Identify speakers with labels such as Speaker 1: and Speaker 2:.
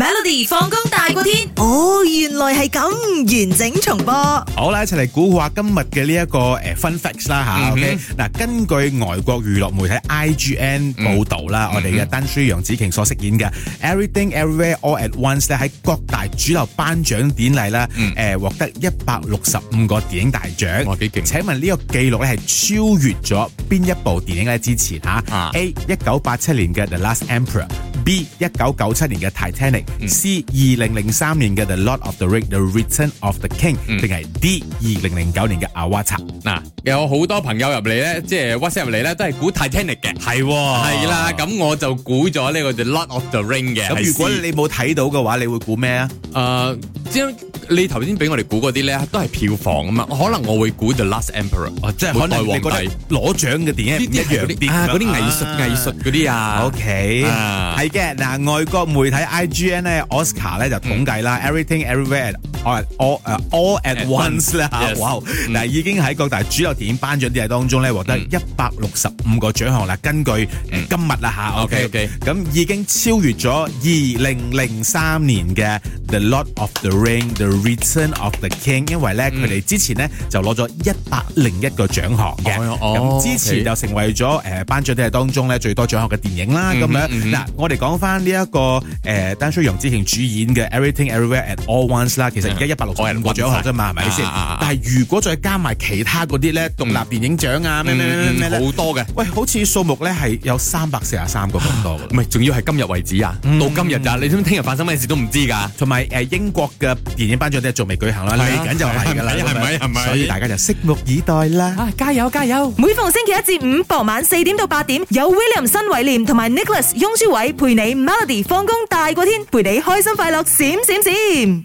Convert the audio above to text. Speaker 1: Melody 放工大過天，哦，原來係咁，完整重播。
Speaker 2: 好啦，一齊嚟估下今日嘅呢一個誒 fun facts 啦
Speaker 3: 嗯
Speaker 2: 吓
Speaker 3: 哼
Speaker 2: OK，嗱，根據外國娛樂媒體 IGN 報導啦，我哋嘅丹書楊紫瓊所飾演嘅 Everything Everywhere All at Once 咧，喺各大主流頒獎典禮啦，誒獲得一百六十五個電影大獎。
Speaker 3: 哇幾勁
Speaker 2: 請問呢個記錄咧係超越咗邊一部電影咧？之前吓
Speaker 3: 啊
Speaker 2: A 一九八七年嘅 The Last Emperor。B 一九九七年嘅 Titanic，C 二零零三年嘅 The Lord of the Ring The Return of the King，定係 D 二零零九年嘅 Avatar？
Speaker 3: 嗱，有好多朋友入嚟咧，即係 WhatsApp 入嚟咧，都係估 Titanic 嘅。
Speaker 2: 啊係喎
Speaker 3: 係啦，咁我就估咗呢個就 Lord of the Ring 嘅。係
Speaker 2: 咁如果
Speaker 3: C
Speaker 2: 你冇睇到嘅話，你會估咩啊？
Speaker 3: 誒，即係你頭先俾我哋估嗰啲咧，都係票房啊嘛。可能我會估 The Last Emperor，
Speaker 2: 哦，即係
Speaker 3: 末
Speaker 2: 可
Speaker 3: 代
Speaker 2: 能你
Speaker 3: 皇
Speaker 2: 覺得
Speaker 3: 帝。
Speaker 2: 攞獎嘅電影唔一
Speaker 3: 係
Speaker 2: 樣
Speaker 3: 嗰
Speaker 2: 啲
Speaker 3: 啲啊，嗰啲藝術
Speaker 2: 啊
Speaker 3: 藝術嗰啲啊。
Speaker 2: O K，
Speaker 3: 啊
Speaker 2: 係嘅。嗱，外國媒體 I G N 咧，Oscar 咧就統計啦，Everything Everywhere All at- All 誒 All at
Speaker 3: At
Speaker 2: Once
Speaker 3: once，
Speaker 2: 啦，嚇
Speaker 3: yes
Speaker 2: 哇！嗱，已經喺各大主流電影頒獎典禮當中咧，獲得一百六十五個獎項啦。根據誒今日啦嚇，O K，
Speaker 3: OK，OK
Speaker 2: 咁已經超越咗二零零三年嘅 The Lord of the Ring The Return of the King，因為咧佢哋之前咧就攞咗一百零一個獎項嘅，
Speaker 3: 哦哦
Speaker 2: 咁之前
Speaker 3: OK
Speaker 2: 就成為咗誒頒獎典禮當中咧最多獎項嘅電影
Speaker 3: 嗯
Speaker 2: 啦，咁樣嗱，我哋講翻呢一個呃誒單須楊紫瓊主演嘅《Everything Everywhere at All Once》啦，
Speaker 3: 嗯
Speaker 2: 其實而家一百六十五個獎項啫嘛，係咪先
Speaker 3: 啊啊啊？
Speaker 2: 但係如果再加埋其他嗰啲咧，獨立電影獎啊，咩咩咩咩咩
Speaker 3: 嗯
Speaker 2: 咧
Speaker 3: 好多嘅。
Speaker 2: 喂，好似數目咧係有三百四十三個咁嗯多㗎啦
Speaker 3: 唔係，仲要係今日為止啊！到今日咋，你知唔知聽日發生咩事都唔知㗎。
Speaker 2: 同埋誒英國嘅電影頒獎典禮仲未舉行啦，
Speaker 3: 係
Speaker 2: 嚟
Speaker 3: 啊
Speaker 2: 緊就係㗎啦，咁
Speaker 3: 係咪
Speaker 2: 樣
Speaker 3: 係咪係咪
Speaker 2: 所以大家就拭目以待啦。
Speaker 3: 啊，加油加油！
Speaker 1: 每逢星期一至五傍晚四點到八點，有 William 新偉廉同埋 Nicholas 雍舒偉陪你 Melody 放工大過天，陪你開心快樂閃閃閃。